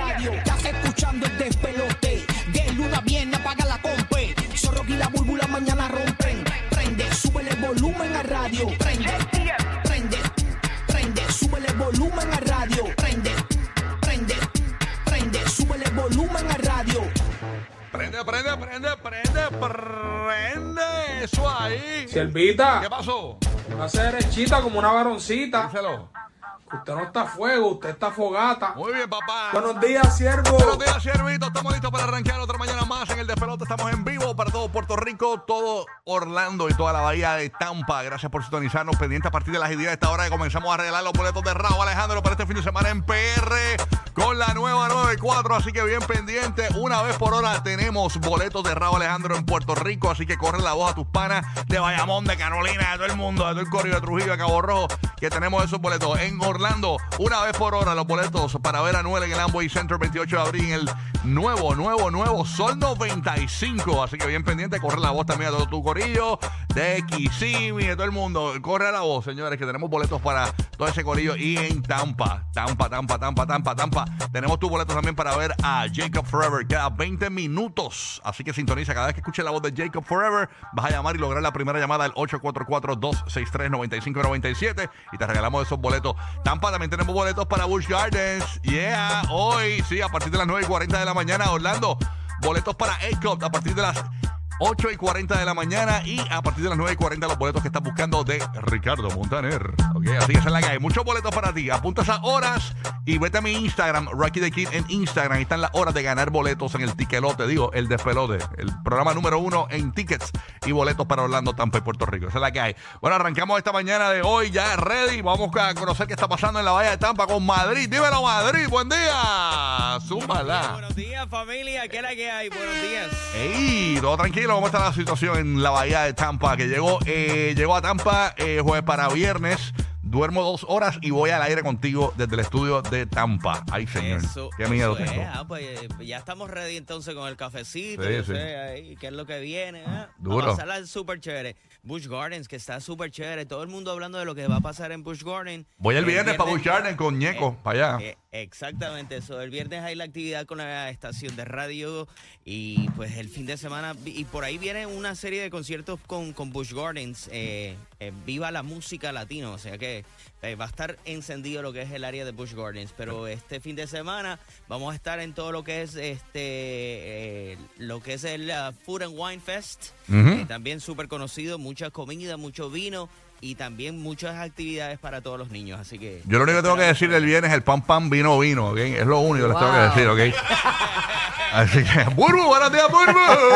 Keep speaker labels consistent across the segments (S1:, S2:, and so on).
S1: radio. Estás escuchando el despelote. De luna viene, apaga la compe. Zorro y la búlbula mañana rompen. Prende, súbele volumen a radio. Prende, prende, prende, súbele volumen a radio. Prende, prende, prende, súbele volumen a radio.
S2: Prende, prende, prende, prende, prende. Eso ahí.
S3: Siervita,
S2: ¿Qué pasó?
S3: hace derechita como una varoncita.
S2: Díselo.
S3: Usted no está a fuego, usted está fogata.
S2: Muy bien, papá.
S3: Buenos días, siervo.
S2: Buenos días, Siervito. Estamos listos para arrancar otra mañana más en el Despelote. Estamos en vivo para todo Puerto Rico, todo Orlando y toda la bahía de Tampa. Gracias por sintonizarnos. Pendiente a partir de las 10 de esta hora que comenzamos a arreglar los boletos de Raúl Alejandro para este fin de semana en PR con la nueva 94. Así que bien pendiente. Una vez por hora tenemos boletos de Raúl Alejandro en Puerto Rico. Así que corre la voz a tus panas de Bayamón, de Carolina, de todo el mundo, de todo el Correo de Trujillo, de Cabo Rojo, que tenemos esos boletos en Orlando. Una vez por hora los boletos para ver a Anuel en el Amway Center 28 de abril en el nuevo, nuevo, nuevo Sol 95. Así que bien pendiente, corre la voz también a todo tu corillo de Kissimmee, de todo el mundo. Corre la voz, señores, que tenemos boletos para todo ese corillo. Y en Tampa, Tampa, Tampa, Tampa, Tampa, Tampa. Tenemos tus boletos también para ver a Jacob Forever cada 20 minutos. Así que sintoniza. Cada vez que escuches la voz de Jacob Forever, vas a llamar y lograr la primera llamada al 844-263-9597. Y te regalamos esos boletos. Tampa también tenemos boletos para Bush Gardens. Yeah, hoy, sí, a partir de las 9 y 40 de la mañana, Orlando. Boletos para ACOP a partir de las 8 y 40 de la mañana y a partir de las 9 y 40 los boletos que estás buscando de Ricardo Montaner. Ok, así que esa es la que hay. Muchos boletos para ti. Apunta esas horas y vete a mi Instagram, Rocky the Kid en Instagram. Ahí están las horas de ganar boletos en el tiquelote, digo, el despelote. El programa número uno en tickets y boletos para Orlando, Tampa y Puerto Rico. Esa es la que hay. Bueno, arrancamos esta mañana de hoy ya ready. Vamos a conocer qué está pasando en la Bahía de Tampa con Madrid. Dímelo, Madrid. Buen día. Súmala.
S4: Buenos días, familia. ¿Qué es la que hay? Buenos días.
S2: Ey, todo tranquilo, ¿cómo está la situación en la bahía de Tampa? Que llegó, eh, llegó a Tampa eh, jueves para viernes. Duermo dos horas y voy al aire contigo desde el estudio de Tampa. Ay, señor. qué miedo
S4: eso es.
S2: tengo.
S4: Ah, pues, eh, ya estamos ready entonces con el cafecito.
S2: Sí,
S4: yo
S2: sí.
S4: sé, ahí, ¿Qué es lo que viene? ah?
S2: Duro.
S4: A pasarla súper chévere. Bush Gardens, que está súper chévere. Todo el mundo hablando de lo que va a pasar en Bush Gardens.
S2: Voy el viernes para Busch Gardens con Ñeco,
S4: eh,
S2: para allá.
S4: eh, exactamente eso. El viernes hay la actividad con la estación de radio y pues el fin de semana. vi- Y por ahí viene una serie de conciertos con, con Bush Gardens. eh, eh, viva la música latino. O sea que eh, va a estar encendido lo que es el área de Bush Gardens. Pero este fin de semana vamos a estar en todo lo que es este eh, lo que es el ah, Food and Wine Fest. eh, también súper conocido, mucha comida, mucho vino. Y también muchas actividades para todos los niños, así que...
S2: Yo lo único que tengo que decir del viernes es el pan pan vino vino, ¿ok? Es lo único que les tengo que decir, ¿ok? Así que, Burbu, buenos días,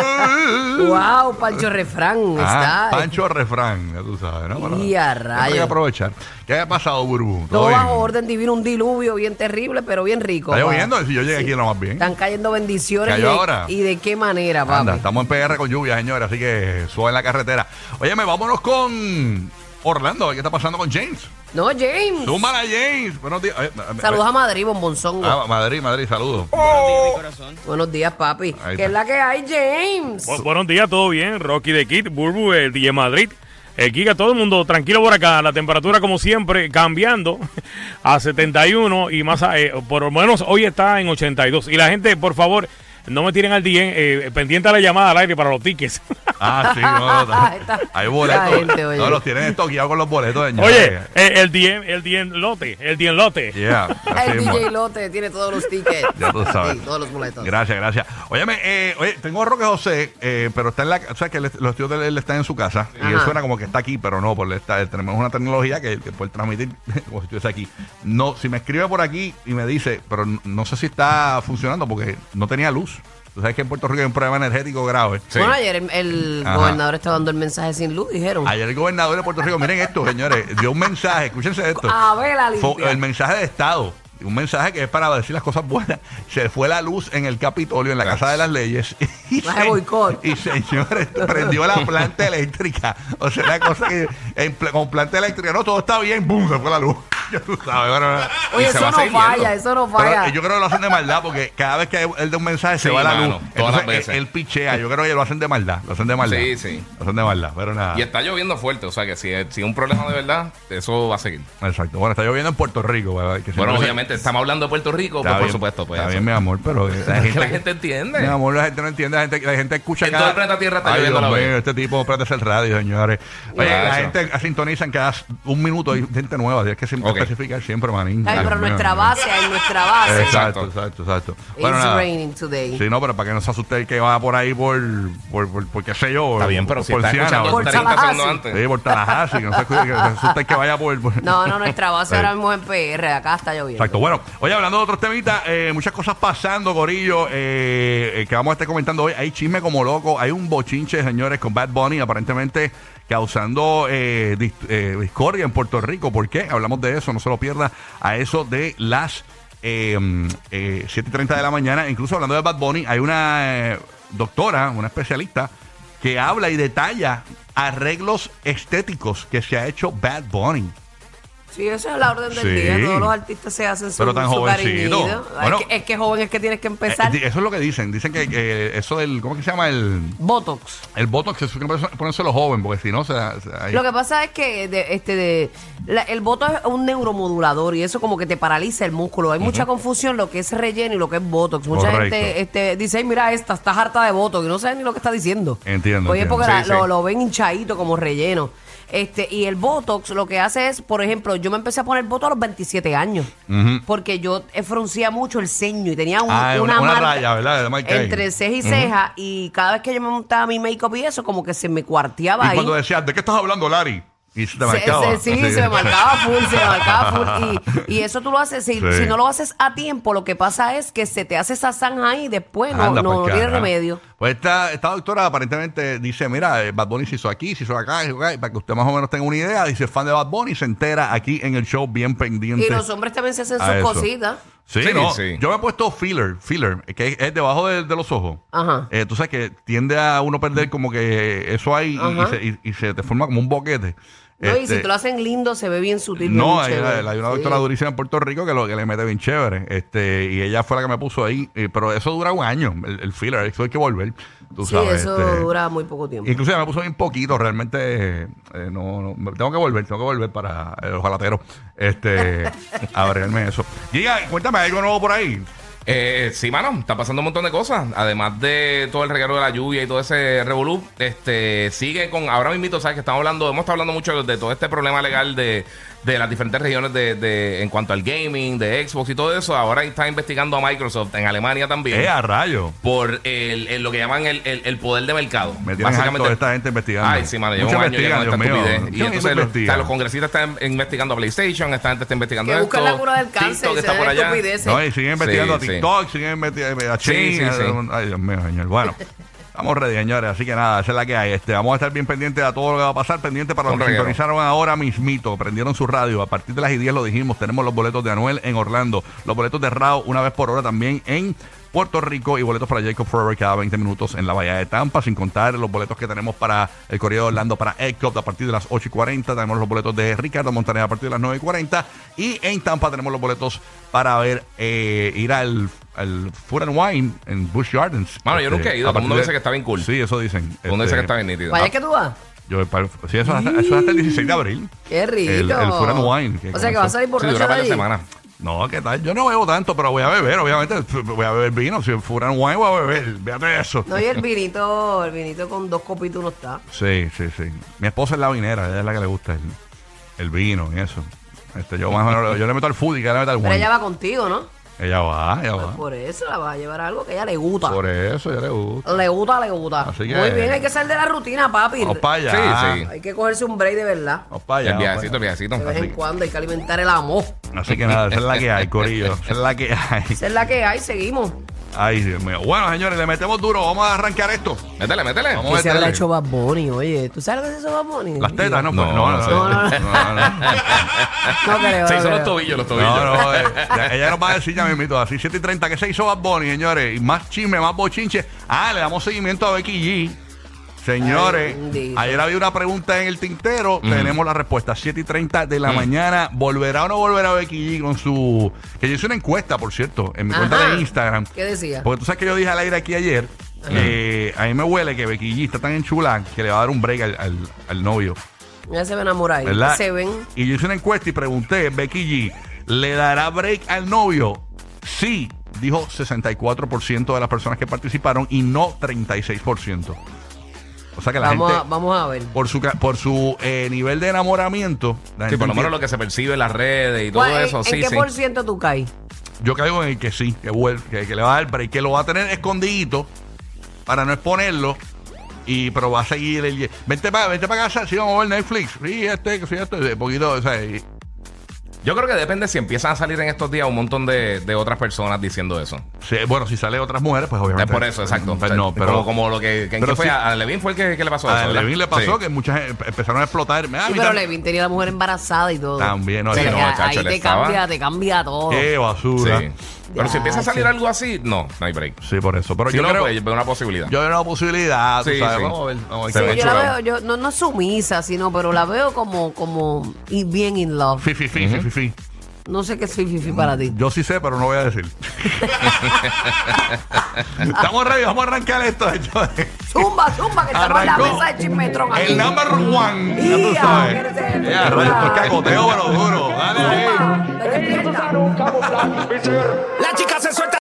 S2: Burbu.
S5: Wow, Pancho Refrán
S2: Ah,
S5: está.
S2: Pancho Refrán, ya tú sabes, ¿no?
S5: Y a
S2: siempre
S5: rayos.
S2: Hay que aprovechar. ¿Qué ha pasado, Burbu?
S5: todo
S2: bien?
S5: bajo orden divino, un diluvio bien terrible, pero bien rico.
S2: ¿Está
S5: papá.
S2: lloviendo? Si yo llegué aquí lo más bien.
S5: Están cayendo bendiciones.
S2: ¿Cayó
S5: y, de,
S2: ahora?
S5: y de qué manera, papi.
S2: Anda, estamos en PR con lluvia, señores, así que suave en la carretera. Óyeme, vámonos con Orlando. ¿Qué está pasando con James?
S5: No, James.
S2: Súmala, James. Buenos días. Ay, ay,
S5: Saludos a Madrid, bombonzongo.
S2: ay. Ah, Madrid, Madrid, saludos.
S4: Buenos días, mi corazón.
S5: Buenos días, papi.
S2: Ahí está.
S5: ¿Qué es la que hay, James?
S6: Bu- buenos días, todo bien. Rocky de Kid, Burbu, el DJ Madrid. El Kika, todo el mundo tranquilo por acá. La temperatura, como siempre, cambiando a 71 y más. a- eh, por lo menos hoy está en 82. Y la gente, por favor, no me tiren al DM, eh, pendiente a la llamada al aire para los tickets.
S2: Ah, sí, no,
S5: Está-
S2: no, hay boletos.
S5: la gente, oye.
S2: no, los tienen estoqueados con los boletos,
S6: Oye,
S2: señores.
S6: eh, el DM, el DM lote, el DM lote.
S2: Yeah, así
S5: el
S2: mismo.
S5: DJ Lote tiene todos los tickets.
S2: Ya tú sabes.
S5: Sí, todos los boletos.
S2: Gracias, gracias. Óyeme, eh, oye, tengo a Roque José, eh, pero está en la. O sea, que él- los tíos de él están en su casa. Y él
S5: Ajá.
S2: suena como que está aquí, pero no, porque él está, tenemos una tecnología que, que puede transmitir como si estuviese aquí. No, si me escribe por aquí y me dice, pero n- no sé si está funcionando porque no tenía luz. Tú sabes que en Puerto Rico hay un problema energético grave.
S5: Bueno, ayer el, el
S2: Ajá.
S5: gobernador estaba dando el mensaje sin luz, dijeron.
S2: Ayer el gobernador de Puerto Rico, miren esto, señores, dio un mensaje, escúchense esto.
S5: A ver, la
S2: Fue
S5: limpia.
S2: el mensaje de Estado Un mensaje que es para decir las cosas buenas. Se fue la luz en el Capitolio, en la Casa de las Leyes. Y,
S5: Más de boicot.
S2: y señores, prendió la planta eléctrica. O sea, una cosa que en pl- con planta eléctrica, no, todo está bien, ¡boom! Se fue la luz. Ya tú sabes, bueno,
S5: Oye,
S7: Y se
S5: eso
S7: va a
S5: no
S7: seguir
S5: falla,
S7: viendo.
S5: eso no
S2: pero
S5: falla.
S2: yo creo que lo hacen de maldad porque cada vez que él da un mensaje se
S7: Sí,
S2: va la luz.
S7: mano, todas las
S2: Entonces,
S7: veces.
S2: Él, él pichea. Yo creo que lo hacen de maldad. Lo hacen de maldad.
S7: Sí, sí.
S2: Lo hacen de maldad, pero nada.
S7: Y está lloviendo fuerte, o sea que si es, si es un problema de verdad, eso va a seguir.
S2: Exacto. Bueno, está lloviendo en Puerto Rico. ¿verdad? Que
S7: Bueno,
S2: siempre se-
S7: obviamente, estamos hablando de Puerto Rico,
S2: Está
S7: pues, por
S2: bien,
S7: supuesto. Pues,
S2: está
S7: eso.
S2: bien, mi amor, pero. eh, La
S7: Es que
S2: gente,
S7: la gente entiende.
S2: mi amor, la gente no entiende. La gente, la gente escucha
S7: En todo el planeta Tierra está
S2: Ay,
S7: lloviendo
S2: Dios
S7: la
S2: mío,
S7: vez.
S2: Este tipo, espérate, es el radio, señores. Oye,
S7: Gracias.
S2: la gente sintoniza en cada un minuto. Hay gente nueva. Tienes que siempre
S7: Ok.
S2: especificar siempre, manín.
S5: Ay,
S2: Dios
S5: pero
S2: mío.
S5: nuestra base, en nuestra base.
S2: Exacto, exacto, exacto.
S5: It's
S2: nada.
S5: raining today.
S2: Sí, no, pero para que no se asuste el que va por ahí por, por, por, por qué sé yo.
S7: Está bien,
S2: por
S7: pero si está
S2: Siana,
S7: escuchando
S2: por-
S5: Por
S7: 30 segundos
S5: Tallahassee.
S7: antes.
S2: Sí, por Tallahassee, que no se, escuche- que se asuste el que vaya por... por-
S5: No, no, nuestra base
S2: Sí.
S5: ahora mismo es en PR, acá está lloviendo.
S2: Exacto. Bueno, oye, hablando de otros temitas, eh, muchas cosas pasando, Gorillo, eh, eh, que vamos a estar comentando hoy. Hay chisme como loco, hay un bochinche, señores, con Bad Bunny, aparentemente causando eh, dis- eh, discordia en Puerto Rico. ¿Por qué? Hablamos de eso, no se lo pierda a eso de las eh, eh, 7.30 de la mañana. Incluso hablando de Bad Bunny, hay una eh, doctora, una especialista, que habla y detalla arreglos estéticos que se ha hecho Bad Bunny.
S5: Sí, eso es la orden del
S2: Sí.
S5: día. Todos los artistas se hacen su,
S2: Pero tan
S5: su
S2: jovencito.
S5: cariñito. Ay,
S2: Bueno.
S5: es, que, es que joven es que tienes que
S2: Eh,
S5: empezar.
S2: di- eso es lo que dicen. Dicen que eh, eso del. ¿Cómo que se llama? El,
S5: Botox.
S2: el botox. Eso que ponerse- ponérselo joven, porque si no, se. se- ahí-
S5: Lo que pasa es que de- este de, la- el voto es un neuromodulador y eso como que te paraliza el músculo. Hay mucha confusión lo que es relleno y lo que es botox. Mucha
S2: Correcto.
S5: gente este, dice, "Ay, mira esta, estás harta de botox y no saben ni lo que está diciendo.
S2: Entiendo,
S5: Oye,
S2: entiendo.
S5: porque la-
S7: Sí,
S5: Lo,
S7: sí.
S5: lo ven hinchadito como relleno. Este, y el botox lo que hace es, por ejemplo, yo me empecé a poner botox a los 27 años porque yo eh, fruncía mucho el ceño y tenía un-
S2: Ah,
S5: una,
S2: una- una
S5: marca
S2: raya, ¿verdad? De marca ahí.
S5: entre ceja y ceja y cada vez que yo me montaba mi make-up y eso como que se me cuarteaba
S2: y
S5: ahí.
S2: cuando decías, ¿de qué estás hablando, Lari? Y se te
S5: Se-
S2: marcaba.
S5: se- sí,
S2: Así.
S5: se me marcaba full, se me marcaba full. Y, y eso tú lo haces, si,
S2: Sí.
S5: si no lo haces a tiempo, lo que pasa es que se te hace esa zanja ahí y después no,
S2: Anda
S5: no
S2: pa'l
S5: tiene
S2: carajo.
S5: remedio.
S2: Pues esta, esta doctora aparentemente dice, mira, eh, Bad Bunny se hizo aquí, se hizo acá, se hizo acá, y para que usted más o menos tenga una idea, dice, fan de Bad Bunny, se entera aquí en el show bien pendiente.
S5: Y los hombres también se hacen
S2: a
S5: sus
S2: eso.
S5: cositas.
S2: Sí,
S7: Sí,
S2: no.
S7: sí.
S2: Yo me he puesto filler, filler, que es, es debajo de, de los ojos.
S5: Ajá.
S2: Eh, tú sabes que tiende a uno perder como que eso ahí y- y,
S5: Ajá.
S2: se, y- y se te forma como un boquete.
S5: ¿no? y
S2: Este,
S5: si te lo hacen lindo, se ve bien sutil.
S2: no,
S5: bien
S2: hay,
S5: chévere.
S2: hay una doctora durísima en Puerto Rico que, lo, que le mete bien chévere. Este, y ella fue la que me puso ahí. eh, pero eso dura un año, el, el filler. Eso hay que volver. Tú
S5: Sí,
S2: sabes,
S5: eso
S2: este.
S5: dura muy poco tiempo.
S2: Incluso ya me puso bien poquito, realmente eh, eh, no, no, me- tengo que volver, tengo que volver para eh, los jalateros, este, a abrirme eso. Giga, cuéntame algo nuevo por ahí.
S7: Eh, sí, mano, está pasando un montón de cosas. Además de todo el regalo de la lluvia y todo ese revolú, este, sigue con. Ahora mismo, sabes que estamos hablando, hemos estado hablando mucho de todo este problema legal de, de las diferentes regiones de, de- en cuanto al gaming, de Xbox y todo eso. Ahora está investigando a Microsoft en Alemania también
S2: Eh, a rayo.
S7: por el, el- lo que llaman el, el- el poder de mercado.
S2: Me tienen harto de esta gente investigando.
S7: Ay, sí, mano, llevo
S2: Mucho
S7: un año ya
S2: investigan,
S7: con
S2: Dios
S7: esta
S2: mío.
S7: estupidez.
S2: Mucho
S7: Y entonces los,
S2: investigan.
S7: o sea, los congresistas están investigando a PlayStation, esta gente está investigando
S5: Que
S7: esto.
S5: buscan la cura del
S7: TikTok
S5: cáncer, se
S7: está por
S5: ven
S7: allá.
S5: estupideces.
S2: No, y siguen investigando
S7: Sí,
S2: a
S7: sí.
S2: TikTok, siguen investigando a
S7: Sí, sí,
S2: China.
S7: sí.
S2: Ay, Dios mío, señor. Bueno. Estamos ready, señores, así que nada, esa es la que hay. Este, vamos a estar bien pendientes a todo lo que va a pasar, pendiente para los
S7: Un
S2: que
S7: reguero.
S2: sintonizaron ahora mismito, prendieron su radio. A partir de las 10 lo dijimos, tenemos los boletos de Anuel en Orlando, los boletos de Rao una vez por hora también en Puerto Rico y boletos para Jacob Forever cada 20 minutos en la Bahía de Tampa, sin contar los boletos que tenemos para el Correo de Orlando para Ecop a partir de las 8 y 40. Tenemos los boletos de Ricardo Montaner a partir de las 9 y 40. Y en Tampa tenemos los boletos para ver eh, ir al, al Food and Wine en Busch Gardens.
S7: Mano, yo nunca he ido.
S2: a
S7: Todo el mundo
S2: partir
S7: dice que está bien cool.
S2: Eh, Sí, eso dicen.
S7: Todo el mundo dice
S2: Este,
S7: que está bien nítido. Ah,
S5: Vaya que tú vas.
S2: yo, para- sí, eso, es hasta, eso es hasta el 16 de abril.
S5: Qué rico.
S2: El, el Food and Wine. que
S5: o sea que
S2: con
S5: vas a
S2: eso-
S5: salir
S7: Sí,
S5: borracho
S7: dura
S5: de
S7: varias
S5: allí.
S7: semanas.
S2: No, ¿qué tal? Yo no bebo tanto, pero voy a beber, obviamente. F- Voy a beber vino. Si Food and Wine voy a beber. Véate eso.
S5: No, y el vinito, el vinito con dos copitos no está.
S2: Sí, sí, sí. Mi esposa es la vinera, ella es la que le gusta el, el vino y eso. Este, yo más o menos, yo le meto al food y que le meto al
S5: Pero
S2: wine.
S5: ella va contigo, ¿no?
S2: Ella va, ella va.
S5: Por eso la vas a llevar a algo que a ella le gusta.
S2: Ah. Por eso yo le gusta.
S5: Le gusta, le gusta.
S2: Así que-
S5: Muy bien, hay que salir de la rutina, papi.
S2: Vamos para allá.
S7: Sí, sí.
S5: Hay que cogerse un break de verdad.
S2: Vamos para allá.
S7: El
S2: vamos pa'
S7: viajecito, el
S2: allá.
S7: viajecito.
S5: De vez en cuando hay que alimentar el amor.
S2: Así que nada, esa es la que hay, Corillo. Esa es la que hay.
S5: Esa es la que hay, seguimos.
S2: Ay, Dios mío. Bueno, señores, le metemos duro. Vamos a arranquear esto.
S7: Métele, métele.
S2: Vamos.
S5: ¿Qué se habrá
S2: meterle.
S5: hecho Bad Bunny, oye? ¿Tú sabes lo que se hizo Bad Bunny?
S2: Las tetas, no, pues,
S7: No,
S2: no, no,
S7: no sé.
S2: no, no, no.
S5: No creo.
S7: Se
S5: no
S7: hizo los
S5: creo.
S7: tobillos, los tobillos.
S2: No, no, eh, ya- ella nos va a decir ya mismito, así 7 y 30, que se hizo Bad Bunny, señores. Y más chisme, más bochinche. Ah, le damos seguimiento a Becky G. Señores,
S5: Ay, bendito.
S2: ayer había una pregunta en el tintero, tenemos la respuesta. 7 y 30 de la mañana, ¿volverá o no volverá Becky G con su... Que yo hice una encuesta, por cierto, en mi cuenta
S5: Ajá.
S2: de Instagram.
S5: ¿Qué decía?
S2: Porque tú sabes que yo dije al aire aquí ayer, que a mí me huele que Becky G está tan enchulada que le va a dar un break al- al- al novio.
S5: Ya se ven enamorados.
S2: ¿verdad?
S5: Se ven.
S2: Y yo hice una encuesta y pregunté, Becky G, ¿le dará break al novio? Sí, dijo 64% de las personas que participaron y no 36%. O sea que la
S5: Vamos a,
S2: gente,
S5: vamos a ver.
S2: por su, ca- por su eh, nivel de enamoramiento, la
S7: Sí, por lo
S2: gente
S7: menos lo que se percibe en las redes y todo
S5: ¿Cuál- en-
S7: eso,
S5: ¿En
S7: sí,
S5: qué
S7: sí.
S5: por ciento tú caes?
S2: entiende- yo caigo en el que sí, que, vuel- que, que le va a dar break, que lo va a tener escondidito para no exponerlo. Y, pero va a seguir el... Vente para vente pa casa, sí, vamos a ver Netflix. Sí, este, sí, este, de poquito, o sea, y-
S7: Yo creo que depende si empiezan a salir en estos días un montón de, de otras personas diciendo eso.
S2: Sí, bueno, si sale otras mujeres, pues
S7: Es
S2: obviamente.
S7: por eso, exacto.
S2: Pues no, pero.
S7: como, como lo que, que- ¿en
S2: pero
S7: qué fue
S2: sí.
S7: a a Levin fue el que, que le pasó
S2: a
S7: eso. ¿verdad?
S2: Levin le pasó
S7: Sí.
S2: que muchas eh, empezaron a explotar. Ah, a
S5: Sí,
S2: mí
S5: pero
S2: tam-
S5: Levin tenía la mujer embarazada y todo.
S2: También, no,
S5: O sea,
S2: sí, no,
S5: que a-
S7: chacho,
S5: ahí
S7: le
S5: te
S7: estaba-
S5: cambia, te cambia todo.
S2: Qué basura. Sí.
S7: Sí. Pero si
S5: Ya,
S7: empieza a salir
S5: sí.
S7: algo así, no, no hay break.
S2: por eso. Pero
S7: Si
S2: yo
S7: no,
S2: creo.
S7: pues yo veo una posibilidad.
S2: yo veo una posibilidad. tú
S7: Sí,
S2: sabes,
S7: sí.
S2: Vamos a ver. Vamos a
S7: Se
S5: Sí,
S2: ver.
S7: ve
S2: qué-
S5: yo la
S7: chulada.
S5: veo, yo, no, no sumisa, sino, pero la veo como, como y bien in love.
S2: Fi, fi, fi, fi, fi, fi.
S5: No sé qué es fififi para ti.
S2: Yo sí sé, pero no voy a decir. Estamos ready, vamos a arrancar esto. señores.
S5: Zumba, zumba, que estamos en la
S2: Arrancó.
S5: mesa de chismetrón aquí.
S2: El number one. Ya tú
S5: Ya,
S2: sabes.
S5: que eres el-
S2: Ya, rayo, esto es cacoteo, pero duro. Dale ahí.
S5: Zumba, despierta.
S1: La chica